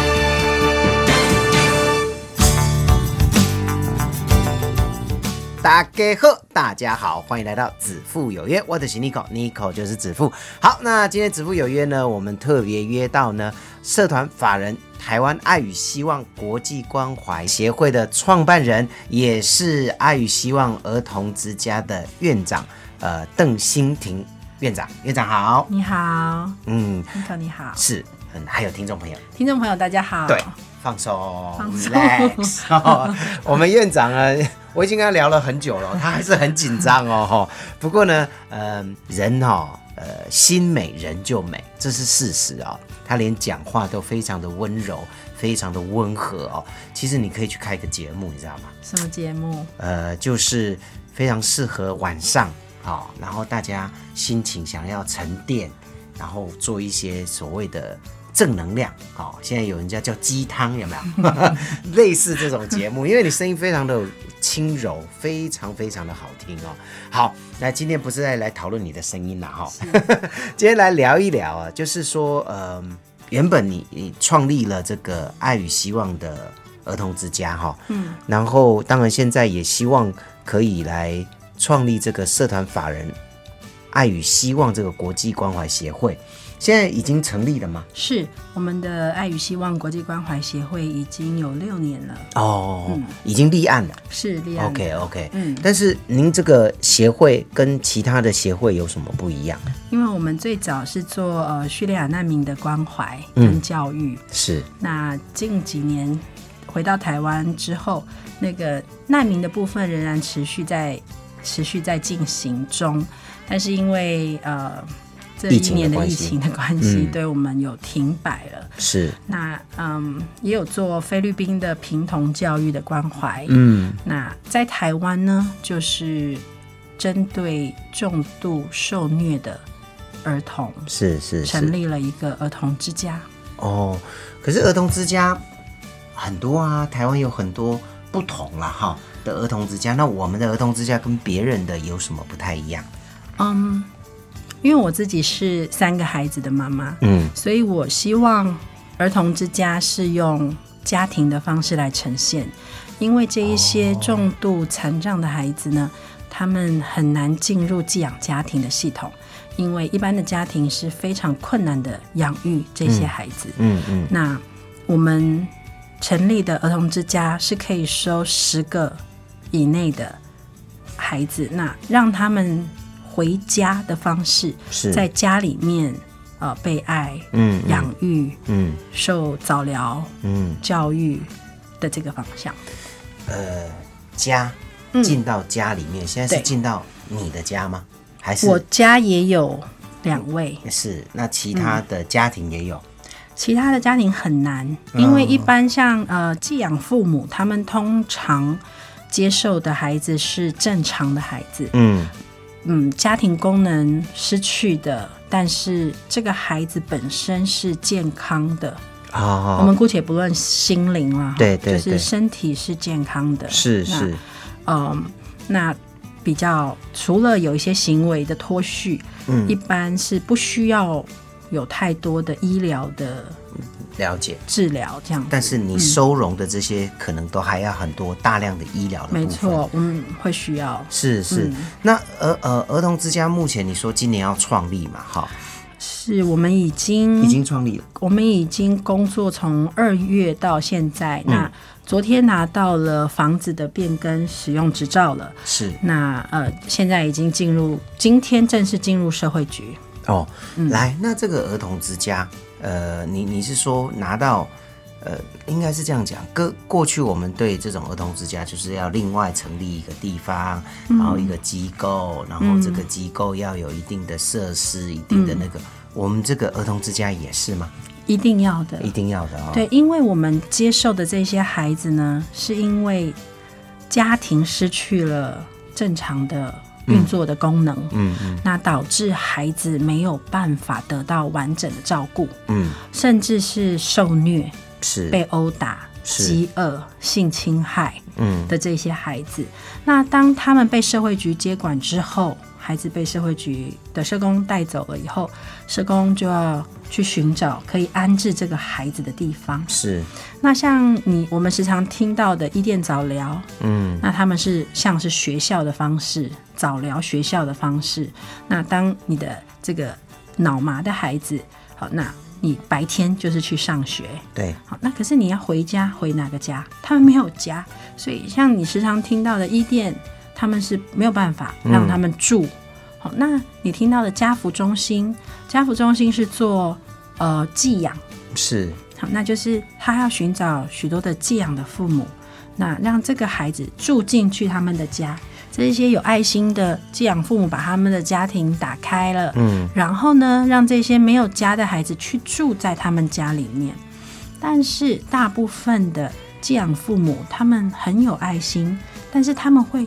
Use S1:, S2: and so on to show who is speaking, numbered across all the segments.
S1: 大家好，大家好，欢迎来到子父有约，我的是 Nico，Nico 就是子父。好，那今天子父有约呢，我们特别约到呢社团法人台湾爱与希望国际关怀协会的创办人，也是爱与希望儿童之家的院长，呃，邓欣婷院长，院长好，
S2: 你好
S1: 嗯，
S2: ，Nico，你好，
S1: 是，嗯，还有听众朋友，
S2: 听众朋友大家好。
S1: 对，啊放松
S2: 放松
S1: ，relax 哦。我们院长啊，我已经跟他聊了很久了，他还是很紧张哦。吼 不过呢，嗯、人哦，呃，心美人就美，这是事实哦。他连讲话都非常的温柔，非常的温和哦。其实你可以去开一个节目，你知道吗？
S2: 什么节目？
S1: 呃，就是非常适合晚上哦，然后大家心情想要沉淀，然后做一些所谓的正能量哦。现在有人家叫鸡汤，有没有？ 类似这种节目，因为你声音非常的轻柔，非常非常的好听哦。好，那今天不是在来讨论你的声音了哈、哦， 今天来聊一聊啊，就是说，嗯、原本你你创立了这个爱与希望的儿童之家哈、嗯，然后当然现在也希望可以来创立这个社团法人爱与希望这个国际关怀协会，现在已经成立了吗？
S2: 是我们的爱与希望国际关怀协会已经有六年了，
S1: 哦，已经立案了。
S2: 是立案的
S1: OK OK，
S2: 嗯
S1: 但是您这个协会跟其他的协会有什么不一样？
S2: 因为我们最早是做呃叙利亚难民的关怀
S1: 嗯
S2: 跟教育，
S1: 是
S2: 那近几年回到台湾之后，那个难民的部分仍然持续在持续在进行中，但是因为呃这
S1: 疫
S2: 一
S1: 情的
S2: 年的
S1: 关
S2: 疫
S1: 系
S2: 情的关系，
S1: 嗯
S2: 对我们有停摆了。
S1: 是，
S2: 那嗯，也有做菲律宾的贫童教育的关怀。
S1: 嗯
S2: 那在台湾呢，就是针对重度受虐的儿童，
S1: 是是是
S2: 成立了一个儿童之家。
S1: 哦，可是儿童之家很多啊，台湾有很多不同啦哈的儿童之家。那我们的儿童之家跟别人的有什么不太一样？
S2: 嗯，因为我自己是三个孩子的妈妈，
S1: 嗯，
S2: 所以我希望儿童之家是用家庭的方式来呈现，因为这一些重度残障的孩子呢，他们很难进入寄养家庭的系统，因为一般的家庭是非常困难的养育这些孩子。
S1: 嗯嗯，
S2: 那我们成立的儿童之家是可以收十个以内的孩子，那让他们回家的方式
S1: 是
S2: 在家里面呃被爱、
S1: 嗯嗯
S2: 养育、
S1: 嗯
S2: 受早疗、
S1: 嗯
S2: 教育的这个方向。
S1: 家进到家里面，现在是
S2: 对
S1: 进到你的家吗？还是
S2: 我家也有两位，
S1: 是那其他的家庭也有？
S2: 其他的家庭很难，因为一般像呃寄养父母，他们通常接受的孩子是正常的孩子，
S1: 嗯
S2: 嗯，家庭功能失去的，但是这个孩子本身是健康的。我
S1: 哦，
S2: 们姑且不论心灵啦，
S1: 对对
S2: 就是
S1: 对
S2: 身体是健康的。
S1: 是
S2: 那
S1: 是，
S2: 嗯，那比较除了有一些行为的脱序，一
S1: 嗯，
S2: 般是不需要有太多的医疗的
S1: 了解。
S2: 治疗这样子。
S1: 但是你收容的这些，可能都还要很多大量的医疗的
S2: 没
S1: 部分。
S2: 错，嗯，会需要
S1: 是是，那儿呃儿童之家目前你说今年要创立嘛？哈，
S2: 是我们已经
S1: 已经创立了。
S2: 我们已经工作从二月到现在，
S1: 嗯
S2: 那昨天拿到了房子的变更使用执照了。
S1: 是
S2: 那呃，现在已经进入，今天正式进入社会局。
S1: 哦，
S2: 嗯
S1: 来，那这个儿童之家，呃，你你是说拿到，呃，应该是这样讲，过过去我们对这种儿童之家就是要另外成立一个地方，
S2: 嗯
S1: 然后一个机构，然后这个机构要有一定的设施，一定的那
S2: 嗯
S1: 个，我们这个儿童之家也是吗？
S2: 一定要的，
S1: 一定要的哦。
S2: 对，，因为我们接受的这些孩子呢，是因为家庭失去了正常的运作的功能，
S1: 嗯嗯
S2: 那导致孩子没有办法得到完整的照顾，
S1: 嗯，
S2: 甚至是受虐、
S1: 是，
S2: 被殴打、
S1: 是
S2: 饥饿、性侵害
S1: 嗯
S2: 的这些孩子。那当他们被社会局接管之后，孩子被社会局的社工带走了以后，社工就要去寻找可以安置这个孩子的地方。
S1: 是，
S2: 那像你我们时常听到的伊甸早疗，
S1: 嗯
S2: 那他们是像是学校的方式，早疗学校的方式。那当你的这个脑麻的孩子，好，那你白天就是去上学，
S1: 对，
S2: 好，那可是你要回家，回哪个家？他们没有家，所以像你时常听到的伊甸，他们是没有办法让他们住。好，那你听到的家福中心，家福中心是做呃寄养。
S1: 是，
S2: 好，那就是他要寻找许多的寄养的父母，那让这个孩子住进去他们的家。这些有爱心的寄养父母把他们的家庭打开了，
S1: 嗯，
S2: 然后呢，让这些没有家的孩子去住在他们家里面。但是大部分的寄养父母他们很有爱心，但是他们会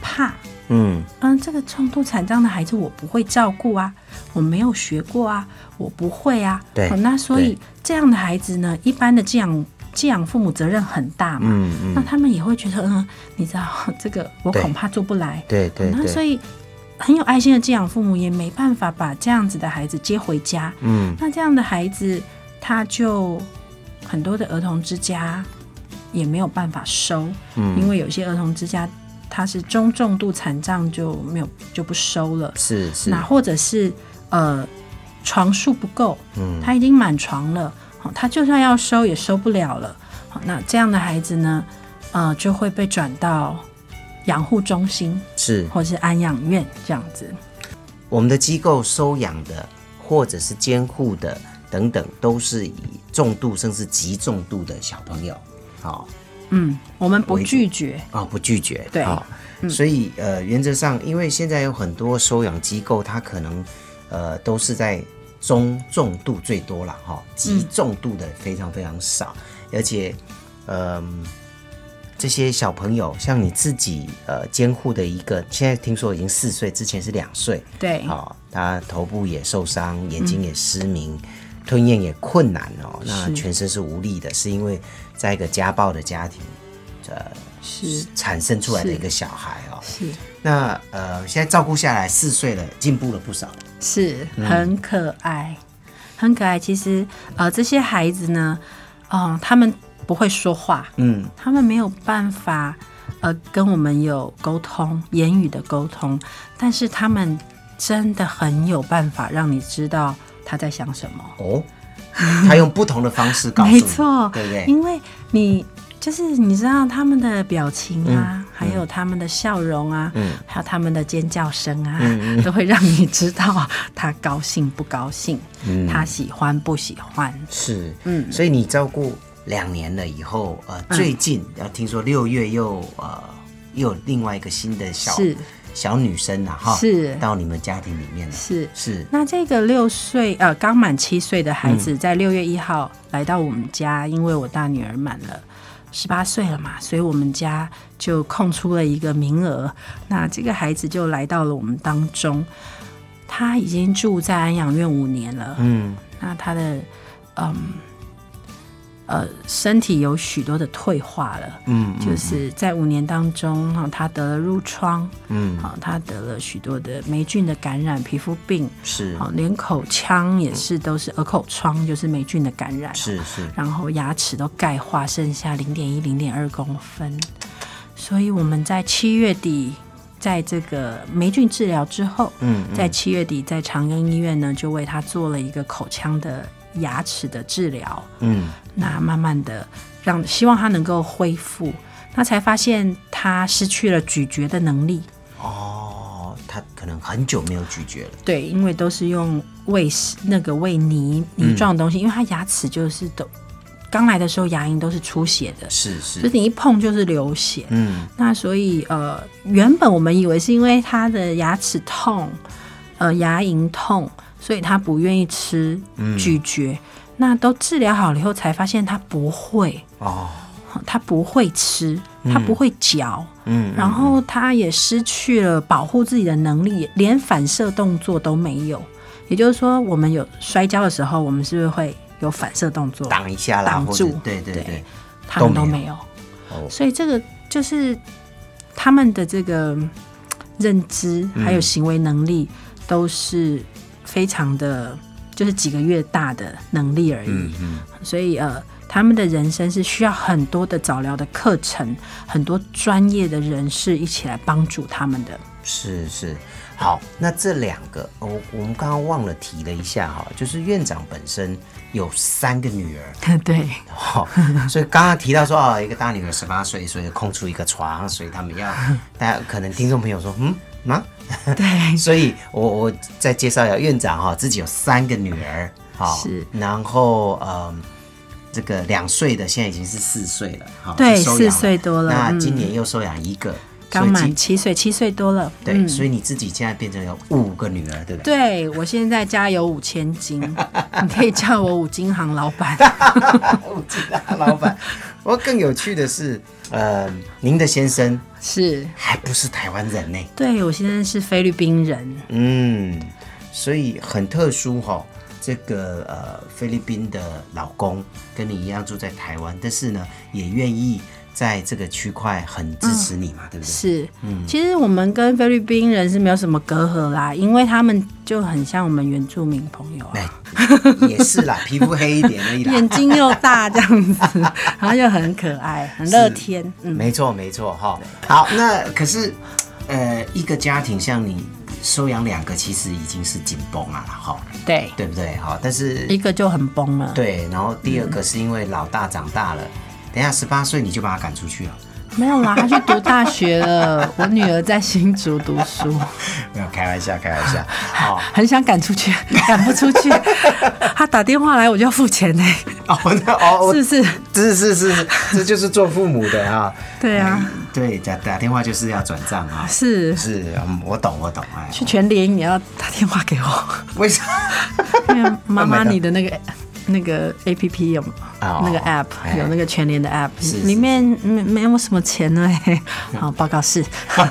S2: 怕，
S1: 嗯
S2: 嗯，这个重度残障的孩子我不会照顾啊，我没有学过啊，我不会啊。
S1: 对
S2: 好那所以这样的孩子呢，一般的寄养寄养父母责任很大嘛，
S1: 嗯嗯，
S2: 那他们也会觉得，嗯，你知道这个我
S1: 对
S2: 恐怕做不来。
S1: 对对
S2: 那所
S1: 对，
S2: 以很有爱心的寄养父母也没办法把这样子的孩子接回家。
S1: 嗯
S2: 那这样的孩子，他就很多的儿童之家也没有办法收，
S1: 嗯
S2: 因为有些儿童之家他是中重度残障就没有就不收了，
S1: 是是
S2: 那，或者是呃床数不够，
S1: 嗯
S2: 他已经满床了，好、他就算要收也收不了了，好、那这样的孩子呢，呃，就会被转到养护中心
S1: 是
S2: 或是安养院这样子，
S1: 我们的机构收养的或者是监护的等等，都是以重度甚至极重度的小朋友，好、
S2: 嗯，我们不
S1: 为主
S2: 拒绝，
S1: 哦，不拒绝，
S2: 对
S1: 好所以呃，原则上，因为现在有很多收养机构，它可能呃都是在中重度最多了哈，极重度的非常非常少，而且呃这些小朋友，像你自己呃监护的一个，现在听说已经四岁，之前是两岁，
S2: 对，
S1: 好、他头部也受伤，眼睛也失明，吞咽也困难哦，
S2: 嗯
S1: 那
S2: 是
S1: 全身是无力的，是因为在一个家暴的家庭，呃，
S2: 是
S1: 产生出来
S2: 嗯
S1: 的
S2: 是
S1: 一个小孩哦。
S2: 是。
S1: 那呃，现在照顾下来，四岁了，进步了不少。
S2: 是很可爱，很可爱。其实呃，这些孩子呢，嗯、他们不会说话，
S1: 嗯，
S2: 他们没有办法呃跟我们有沟通，言语的沟通，但是他们真的很有办法让你知道他在想什么。
S1: 哦， 他用不同的方式告诉你，
S2: 没错
S1: 对不对？
S2: 因为你就是你知道他们的表情啊，还有他们的笑容啊，
S1: 嗯
S2: 还有他们的尖叫声啊，都会让你知道他高兴不高兴，他喜欢不喜欢。
S1: 是，
S2: 嗯
S1: 所以你照顾两年了以后，呃，最近然后听说六月又呃又有另外一个新的小
S2: 是
S1: 小女生了、哈，
S2: 是
S1: 到你们家庭里面了，
S2: 是。
S1: 是嗯
S2: 那这个六岁呃刚满七岁的孩子，在六月一号来到我们家，因为我大女儿满了。十八岁了嘛，所以我们家就空出了一个名额。那这个孩子就来到了我们当中，他已经住在安养院五年了。
S1: 嗯
S2: 那他的嗯呃身体有许多的退化了，
S1: 嗯
S2: 就是在五年当中哈，他得了褥疮，
S1: 嗯
S2: 好，他得了许多的霉菌的感染、皮肤病，
S1: 是
S2: 好，连口腔也是都是鹅口疮，就是霉菌的感染，
S1: 是是
S2: 然后牙齿都钙化，剩下零点一、零点二公分。所以我们在七月底，在这个霉菌治疗之后，
S1: 嗯嗯
S2: 在七月底在长庚医院呢，就为他做了一个口腔的牙齿的治疗。
S1: 嗯
S2: 那慢慢的让希望他能够恢复，那才发现他失去了咀嚼的能力。
S1: 哦，他可能很久没有咀嚼了，
S2: 对，因为都是用喂食那个喂泥泥状的东西，因为他牙齿就是都刚来的时候牙龈都是出血的，
S1: 是
S2: 就是
S1: 是
S2: 你一碰就是流血。
S1: 嗯
S2: 那所以呃，原本我们以为是因为他的牙齿痛，呃，牙龈痛，所以他不愿意吃
S1: 嗯
S2: 咀嚼。那都治疗好了以后，才发现他不会，
S1: 哦
S2: 哦他不会吃，他不会嚼，
S1: 嗯，
S2: 然后他也失去了保护自己的能力，连反射动作都没有。也就是说，我们有摔跤的时候，我们是不是会有反射动作？
S1: 挡一下啦，
S2: 挡
S1: 或者
S2: 住
S1: 对对
S2: 对
S1: 对，
S2: 他们都
S1: 都没
S2: 没有。
S1: 哦
S2: 所以这个就是他们的这个嗯认知
S1: 嗯
S2: 还有行为能力都是非常的，就是几个月大的能力而已。
S1: 嗯
S2: 所以呃，他们的人生是需要很多的早疗的课程，很多专业的人士一起来帮助他们的。
S1: 是是，好，那这两个，我、哦、我们刚刚忘了提了一下哈，就是院长本身有三个女儿，
S2: 对，
S1: 哦，所以刚刚提到说哦，一个大女儿十八岁，所以空出一个床，所以他们要，大家可能听众朋友说，嗯，妈，
S2: 对，
S1: 所以我我再介绍一下院长哈、自己有三个女儿，好、
S2: 是
S1: 然后嗯、这个两岁的现在已经是四岁了，好、
S2: 对
S1: 就收养了
S2: 四岁多了
S1: 那
S2: 嗯
S1: 今年又收养一个，
S2: 刚
S1: 所以
S2: 满
S1: 今
S2: 七岁，七岁多了。
S1: 对、
S2: 嗯
S1: 所以你自己现在变成有五个女儿，对不对？
S2: 对我现在家有五千 金，你可以叫我五金行老板。
S1: 我知 道，老板。我更有趣的是，呃，您的先生
S2: 是，
S1: 还不是台湾人呢、
S2: 对我现在是菲律宾人，
S1: 嗯，所以很特殊哈、这个呃，菲律宾的老公跟你一样住在台湾，但是呢，也愿意在这个区块很支持你嘛，对不对？
S2: 是，
S1: 嗯
S2: 其实我们跟菲律宾人是没有什么隔阂啦，因为他们就很像我们原住民朋友啊，
S1: 哎，也是啦，皮肤黑一点而 已啦。
S2: 眼睛又大这样子， 然后又很可爱，很乐天，嗯，
S1: 没错，没错哈。好，那可是，呃，一个家庭像你收养两个，其实已经是紧绷啊了哈，
S2: 对，
S1: 对不对哈？但是
S2: 一个就很崩了，
S1: 对，然后第二个是因为老大长大了，等一下十八岁你就把他赶出去了。
S2: 没有啦，他去读大学 了，我女儿在新竹读书，
S1: 没有开玩笑，开玩 笑。哦
S2: 很想赶出去， 赶不出去， 她打电话来我就要付钱呢、
S1: 哦，那哦，我
S2: 是不是？
S1: 是是是是，这就是做父母的啊。
S2: 对啊，
S1: 对，打打电话就是要转账啊。
S2: 是。
S1: 是，嗯我懂，我懂。哎，
S2: 去全联也要打电话给我。
S1: 为啥？
S2: 因为啊妈
S1: Oh my
S2: 妈
S1: God
S2: 你的那 个那个 A P P 有
S1: 哦
S2: 那个 App
S1: 哎
S2: 有那个全联的 App，
S1: 是是嗯
S2: 里面没没有什么钱呢。嘿好，报告是
S1: 啊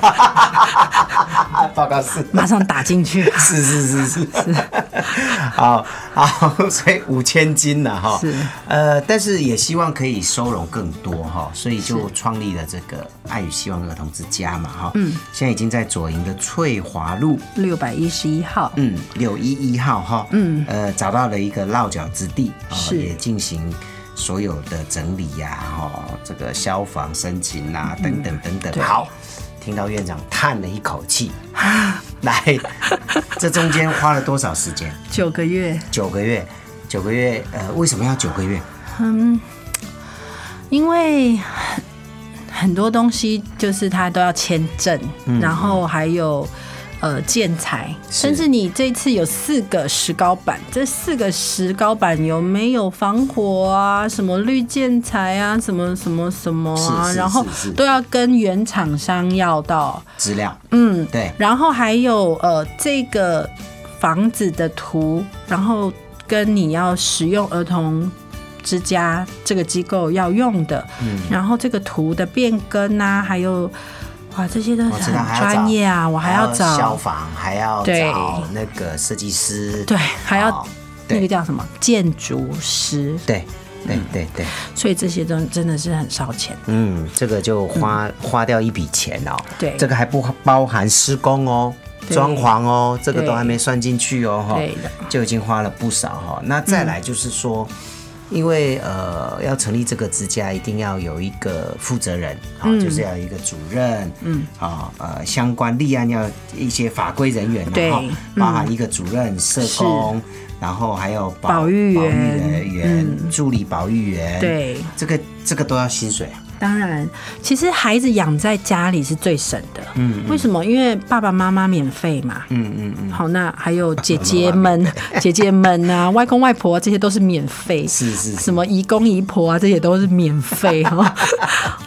S1: 报 告是。
S2: 马上打进去。
S1: 是是是是，好好，所以五千金了哈，
S2: 是
S1: 呃，但是也希望可以收容更多哈，所以就创立了这个爱与希望儿童之家嘛哈，嗯，现在已经在左营的翠华路，
S2: 六百一十一号，
S1: 嗯，六一一号哈，嗯，呃，找到了一个落脚之地，哦
S2: 是
S1: 也进行所有的整理呀、哈、这个消防申请啦、
S2: 嗯
S1: 等等等等。好，听到院长叹了一口 气，来，这中间花了多少时间？
S2: 九个月。
S1: 九个月，九个月，呃，为什么要九个月？
S2: 因为很很多东西就是它都要签证，
S1: 嗯
S2: 然后还有呃建材，甚至你这次有四个石膏板，这四个石膏板有没有防火啊？什么绿建材啊？什么什么什么啊？
S1: 是是
S2: 然后
S1: 是是
S2: 都要跟原厂商要到，
S1: 资料，
S2: 嗯，
S1: 对，
S2: 然后还有呃这个房子的图，然后跟你要使用儿童之家这个机构要用的，然后这个图的变更啊，还有哇这些都
S1: 我知
S2: 很
S1: 道，还要找
S2: 专业啊，我还要
S1: 消
S2: 找
S1: 防，还要
S2: 对
S1: 找那个设计师，
S2: 对，还要
S1: 哦对
S2: 那个叫什么建筑师，
S1: 对，对，对，对。
S2: 所以这些东西真的是很烧钱。
S1: 嗯，这个就花、花掉一笔钱哦。
S2: 嗯对
S1: 这个还不包含施工哦、
S2: 对
S1: 装潢哦，这个都
S2: 对
S1: 还没算进去哦，哈
S2: 对的，嗯
S1: 就已经花了不少哈、那再来就是说，因为呃，要成立这个之家，一定要有一个负责人啊、
S2: 嗯
S1: 就是要有一个主任，嗯，啊、呃，相关立案要一些法规人员啊，
S2: 对
S1: 哈
S2: 嗯
S1: 包含一个主任、社
S2: 是
S1: 工，然后还有保
S2: 保育
S1: 保育
S2: 员嗯
S1: 人员、助理保育员，
S2: 对，
S1: 这个这个都要薪水啊。
S2: 当然，其实孩子养在家里是最省的。嗯，为什么？因为爸爸妈妈免费嘛。
S1: 嗯嗯嗯，
S2: 好，那还有姐姐 们、姐姐们啊，外公外婆啊这些都是免费。
S1: 是是是
S2: 什么姨公姨婆啊，这些都是免 费哈。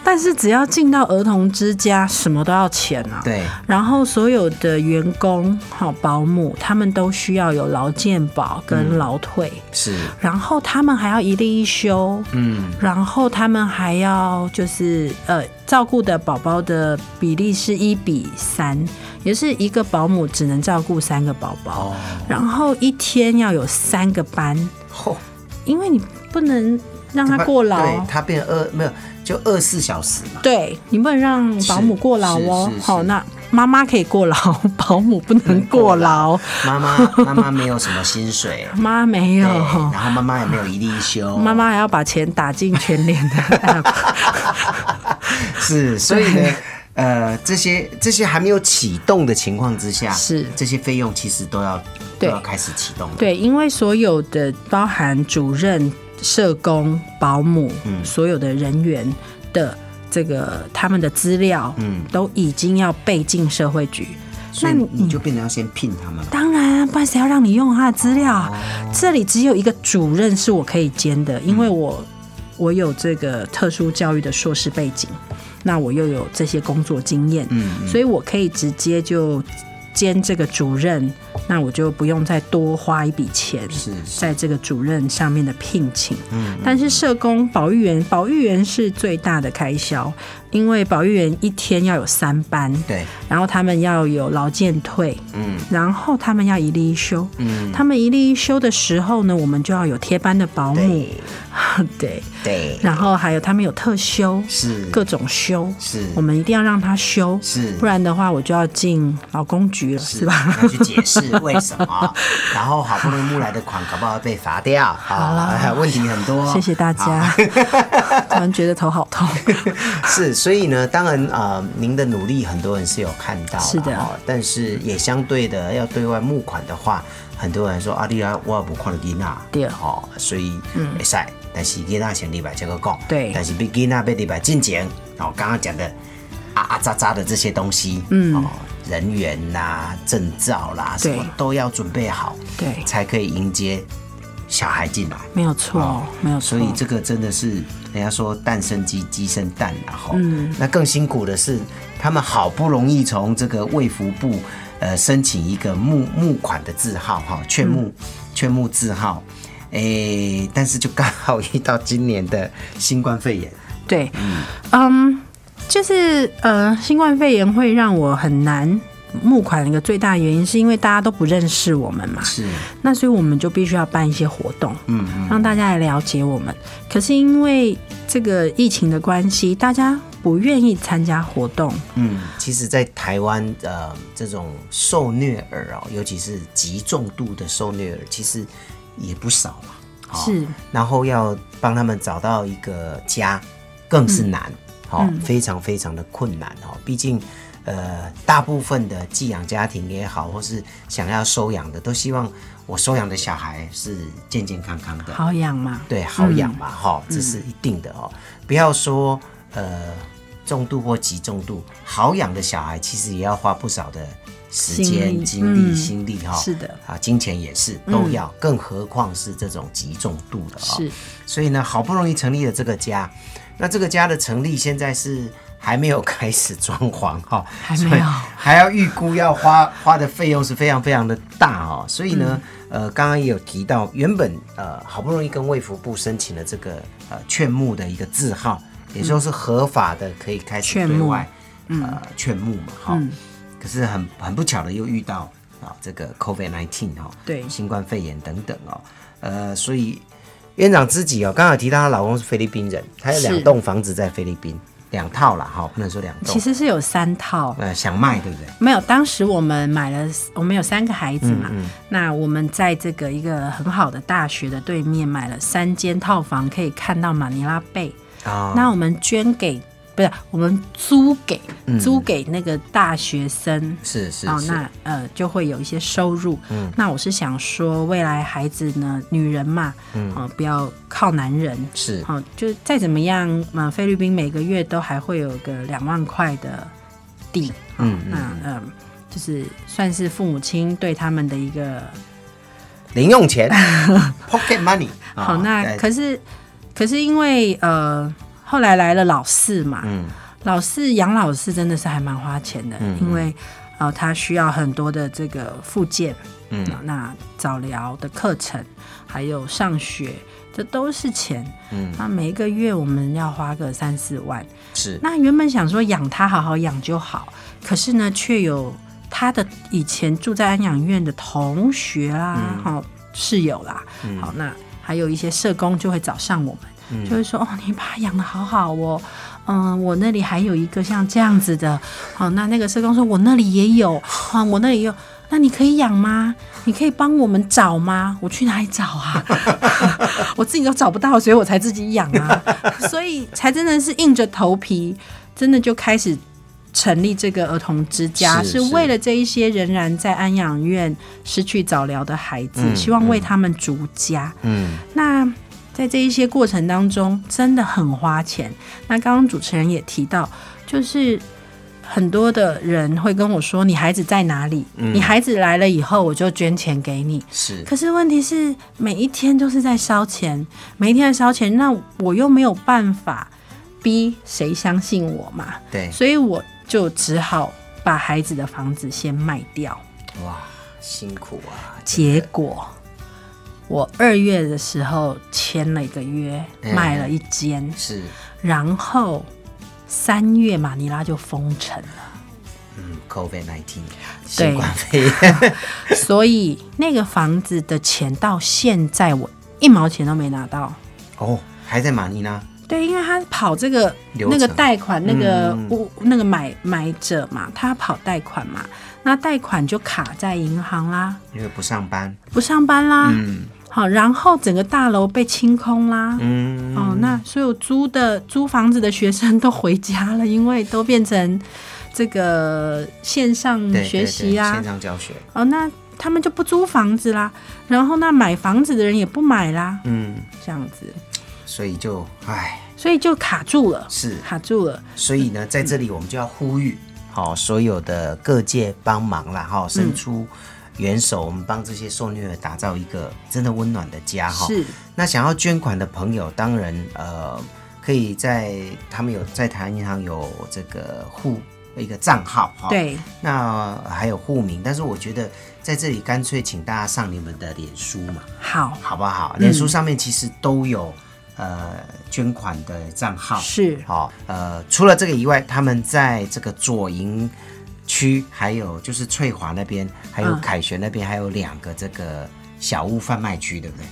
S2: 但是只要进到儿童之家，什么都要钱啊。。
S1: 对，
S2: 然后所有的员工、好保姆，他们都需要有劳健保
S1: 嗯
S2: 跟劳退。
S1: 是，
S2: 然后他们还要一例一休，
S1: 嗯，
S2: 然后他们还要就是呃照顾的宝宝的比例是一比三，也就是一个保姆只能照顾三个宝宝，
S1: 哦，
S2: 然后一天要有三个班，
S1: 吼
S2: 因为你不能让哦他过劳，
S1: 对，他变二没有，就二十四小时嘛，
S2: 对你不能让保姆过劳哦
S1: 是是是。是
S2: 好，那妈妈可以过劳， 保姆不能过劳，
S1: 妈 妈妈妈没有什么薪水，
S2: 妈没
S1: 对，
S2: 有。
S1: 然后妈妈也没有一例一休，
S2: 哦妈妈还要把钱打进全脸的 app，
S1: 是，所以呢，呃，这些这些还没有启动的情况之下，
S2: 是
S1: 这些费用其实都要都
S2: 对
S1: 要开始启动了，
S2: 对，因为所有的包含主任、社工、保姆，
S1: 嗯
S2: 所有的人员的这个他们的资料，
S1: 嗯
S2: 都已经要备进社会局。
S1: 所以
S2: 那
S1: 你就变成要先聘他们了。
S2: 当然啊，不然谁要让你用他的资料啊？这里只有一个主任是我可以兼的，因为我我有这个特殊教育的硕士背景，那我又有这些工作经验，
S1: 嗯，
S2: 所以我可以直接就兼这个主任，那我就不用再多花一笔钱
S1: 是是
S2: 在这个主任上面的聘请。
S1: 嗯，
S2: 但是社工、保育员，保育员是最大的开销，因为保育员一天要有三班，
S1: 对，
S2: 然后他们要有劳健退，
S1: 嗯
S2: 然后他们要一例一休。
S1: 嗯，
S2: 他们一例一休的时候呢，我们就要有贴班的保姆，
S1: 对
S2: 对，
S1: 对，
S2: 然后还有他们有特休，
S1: 是
S2: 各种休，
S1: 是
S2: 我们一定要让他休，
S1: 是
S2: 不然的话我就要进劳工局了，是 吧？
S1: 要去解释为什 么，然后好不容易募来的款，搞不好被罚掉。好
S2: 了
S1: 问题很多。
S2: 谢谢大家，突然觉得头好 痛。
S1: 是，所以呢，当然呃，您的努力很多人是有看到啦
S2: 是的
S1: 哦但是也相对的要对外募款的话，很多人说啊，你啊，我不看囡仔，
S2: 对嗯
S1: 哦，所以会使、但是囡仔先礼拜这个讲，
S2: 对
S1: 但是比囡仔被礼拜进前，哦，刚刚讲的啊啊喳喳的这些东西，嗯，哦，人员啦、啊证照啦，什么
S2: 对
S1: 都要准备好，
S2: 对，
S1: 才可以迎接小孩进来。
S2: 没有错，哦没有错
S1: 所。以这个真的是人家说蛋生鸡，鸡生蛋然后，
S2: 嗯
S1: 那更辛苦的是，他们好不容易从这个卫福部呃申请一个募募款的字号哈，劝募、劝募字号，诶、但是就刚好遇到今年的新冠肺炎，
S2: 对，嗯，就是呃，新冠肺炎会让我很难募款的一个最大原因，是因为大家都不认识我们嘛。
S1: 是
S2: 那所以我们就必须要办一些活动，
S1: 嗯嗯，
S2: 让大家来了解我们。可是因为这个疫情的关系，大家不愿意参加活动，
S1: 嗯，其实，在台湾，呃，这种受虐儿哦，尤其是极重度的受虐儿，其实也不少嘛。哦
S2: 是
S1: 然后要帮他们找到一个家，更是难，
S2: 嗯
S1: 哦，非常非常的困难哦。毕竟，呃，大部分的寄养家庭也好，或是想要收养的，都希望我收养的小孩是健健康康的，
S2: 好嗯养嘛？
S1: 对，好养嘛，哈、这是一定的哦。不要说呃重度或极重度，好养的小孩其实也要花不少的时间、
S2: 心
S1: 精
S2: 力
S1: 力、
S2: 嗯
S1: 心力哈、
S2: 是的嗯
S1: 啊，金钱也是都要，更何况是这种极重度的哦。
S2: 是，
S1: 所以呢，好不容易成立了这个家，那这个家的成立现在是。还没有开始装潢哈，
S2: 还没有
S1: 所以还要预估要花花的费用是非常非常的大哦，所以
S2: 嗯
S1: 呢，呃，刚刚也有提到，原本呃好不容易跟卫福部申请了这个呃劝募的一个字号，也就是合法的可以开始
S2: 劝
S1: 对
S2: 募
S1: 外
S2: 嗯
S1: 呃劝募嘛哈、可是很很不巧的又遇到啊、这个 COVID nineteen 哈、
S2: 对
S1: 新冠肺炎等等哦，呃，所以院长自己哦，刚好提到她老公是菲律宾人，她有两
S2: 是
S1: 栋房子在菲律宾，两套啦哈、不能说两栋，
S2: 其实是有三套。
S1: 呃想卖对不对？
S2: 没有，当时我们买了，我们有三个孩子
S1: 嗯
S2: 嘛。那我们在这个一个很好的大学的对面买了三间套房，可以看到马尼拉贝。
S1: 啊、
S2: 那我们捐给不是我们租给、租给那个大学生。
S1: 是嗯是
S2: 哦，
S1: 是，
S2: 那呃就会有一些收入。嗯，那我是想说，未来孩子呢，女人嘛，嗯、不要靠男人。
S1: 是
S2: 好、就再怎么样，嘛、菲律宾每个月都还会有个两万块的地，嗯，那嗯、就是算是父母亲对他们的一个
S1: 零用钱 ，pocket money 啊。
S2: 好，那
S1: 对
S2: 可是可是因为呃，后来来了老四嘛，老四养老四真的是还蛮花钱的，因为呃，他需要很多的这个附件，嗯，那早疗的课程，还有上学，这都是钱，嗯，那每一个月我们要花个三四万，
S1: 是
S2: 那原本想说养他好好养就好，可是呢，却有他的以前住在安养院的同学啦，好、室友啦，好那还有一些社工就会找上我们，就会说哦，你把他养的好好哦。嗯，我那里还有一个像这样子的，好、那那个社工说，我那里也有，啊、我那里也有，那你可以养吗？你可以帮我们找吗？我去哪里找啊？我自己都找不到，所以我才自己养啊， 所以才真的是硬着头皮，真的就开始成立这个儿童之家，
S1: 是
S2: 是
S1: 是
S2: 为了这一些仍然在安养院失去早疗的孩子，希望为他们逐家。
S1: 嗯，
S2: 那在这一些过程当中，真的很花钱。那刚刚主持人也提到，就是很多的人会跟我说：“你孩子在哪里？
S1: 嗯
S2: 你孩子来了以后，我就捐钱给你。”
S1: 是
S2: 可是问题是，每一天都是在烧钱，每一天在烧钱，那我又没有办法逼谁相信我嘛，
S1: 对，
S2: 所以我就只好把孩子的房子先卖掉。
S1: 哇，辛苦啊，
S2: 结果我二月的时候签了一个约，
S1: 嗯
S2: 卖了一间，
S1: 是
S2: 然后三月马尼拉就封城了，
S1: 嗯，COVID nineteen
S2: 对
S1: 新冠肺炎
S2: 所以那个房子的钱到现在我一毛钱都没拿到。
S1: 哦，还在马尼拉，
S2: 对，因为他跑这个
S1: 流
S2: 那个
S1: 程
S2: 贷款，那个
S1: 嗯
S2: 屋、那个买买者嘛，他跑贷款嘛，那贷款就卡在银行啦，
S1: 因为不上班，
S2: 不上班啦，
S1: 嗯
S2: 好，然后整个大楼被清空啦，
S1: 嗯，
S2: 哦，那所有租的租房子的学生都回家了，因为都变成这个线上
S1: 对
S2: 学习
S1: 对对
S2: 啊
S1: 线，上教学，
S2: 哦，那他们就不租房子啦，然后那买房子的人也不买啦，
S1: 嗯，
S2: 这样子，
S1: 所以就唉
S2: 所以就卡住了，
S1: 是
S2: 卡住了，
S1: 所以
S2: 嗯
S1: 呢，在这里我们就要呼吁，好、所有的各界帮忙啦，
S2: 嗯
S1: 哈、伸出援手，我们帮这些受虐儿打造一个真的温暖的家，哈、
S2: 是。
S1: 那想要捐款的朋友，当然呃，可以在他们有在台湾银行有这个户一个账号，哈、。
S2: 对，
S1: 那还有户名，但是我觉得在这里干脆请大家上你们的脸书嘛，
S2: 好，
S1: 好不
S2: 嗯
S1: 好？脸书上面其实都有呃捐款的账号，
S2: 是
S1: 好、呃，除了这个以外，他们在这个左营区，还有就是翠华那边，还有
S2: 嗯
S1: 凯旋那边，还有两个这个小屋贩卖区，对不对？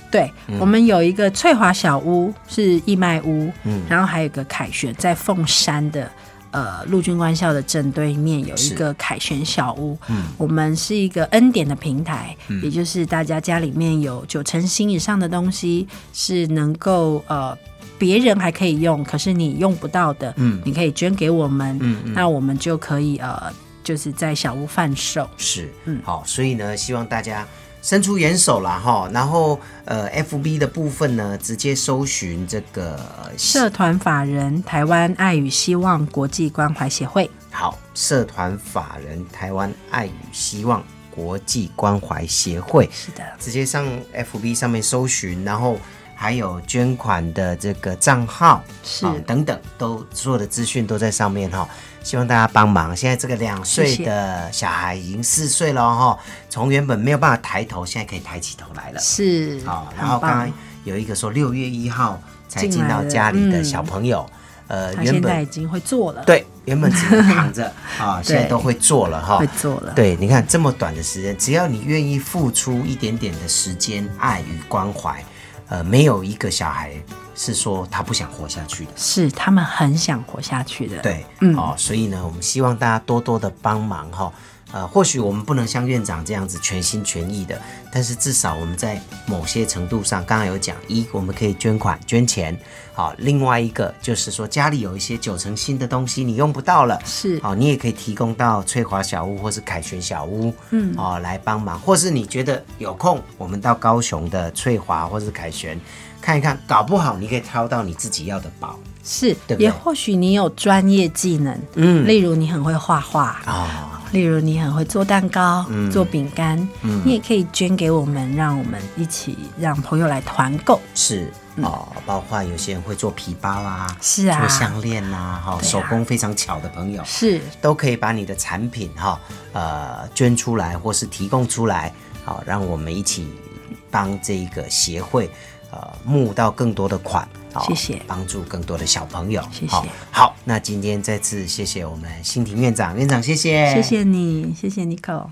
S2: 对、我们有一个翠华小屋是义卖屋，然后还有一个凯旋在凤山的。呃，陆军官校的正对面有一
S1: 是
S2: 个凯旋小屋，我们是一个恩典的平台，也就是大家家里面有九成新以上的东西是能够呃别人还可以用，可是你用不到的，你可以捐给我们，那我们就可以呃就是在小屋贩售，
S1: 是，
S2: 嗯
S1: 好，所以呢，希望大家伸出援手啦哈。然后呃，FB 的部分呢，直接搜寻这个呃
S2: 社团法人台湾爱与希望国际关怀协会。
S1: 好社团法人台湾爱与希望国际关怀协会，
S2: 是的，
S1: 直接上 FB 上面搜寻，然后还有捐款的这个账号，
S2: 是
S1: 啊等等，都所有的资讯都在上面哈、希望大家帮忙。现在这个两岁
S2: 谢谢
S1: 的小孩已经四岁了哈、从原本没有办法抬头，现在可以抬起头来了。
S2: 是
S1: 好、
S2: 很
S1: 然后
S2: 棒
S1: 刚刚有一个说六月一号才进到家里的小朋友，
S2: 嗯他
S1: 呃，原
S2: 现在已
S1: 本
S2: 经会做了，，
S1: 对原本只能 躺着啊、现在
S2: 对
S1: 都会坐了哈、
S2: 会做了，，
S1: 对，你看这么短的时间，只要你愿意付出一点点的时间、爱与关怀，呃，没有一个小孩是说他不想活下去的。
S2: 是他们很想活下去的，，
S1: 对，
S2: 嗯
S1: 哦，所以呢，我们希望大家多多的帮忙哈、呃，或许我们不能像院长这样子全心全意的，但是至少我们在某些程度上，刚刚有讲，一我们可以捐款捐钱，好，另外一个就是说家里有一些九成新的东西你用不到了，
S2: 是
S1: 好，哦你也可以提供到翠华小屋或是凯旋小屋，嗯，哦来帮忙，或是你觉得有空，我们到高雄的翠华或是凯旋看一看，搞不好你可以挑到你自己要的宝。
S2: 是，
S1: 对不对
S2: 也或许你有专业技能，
S1: 嗯
S2: 例如你很会画画，
S1: 啊、
S2: 例如你很会做蛋糕、
S1: 嗯
S2: 做饼干，你也可以捐给我们，让我们一起让朋友来团购。
S1: 是哦，包括有些人会做皮包啊，
S2: 嗯是啊
S1: 做项链呐、哈、
S2: 对啊
S1: 手工非常巧的朋友，
S2: 是
S1: 都可以把你的产品哈、呃捐出来或是提供出来，好、让我们一起帮这一个协会呃募到更多的款。好
S2: 谢谢
S1: 帮助更多的小朋友。
S2: 谢谢
S1: 好好，那今天再次谢谢我们新庭院长，院长谢谢，
S2: 谢谢你，谢谢 Nico。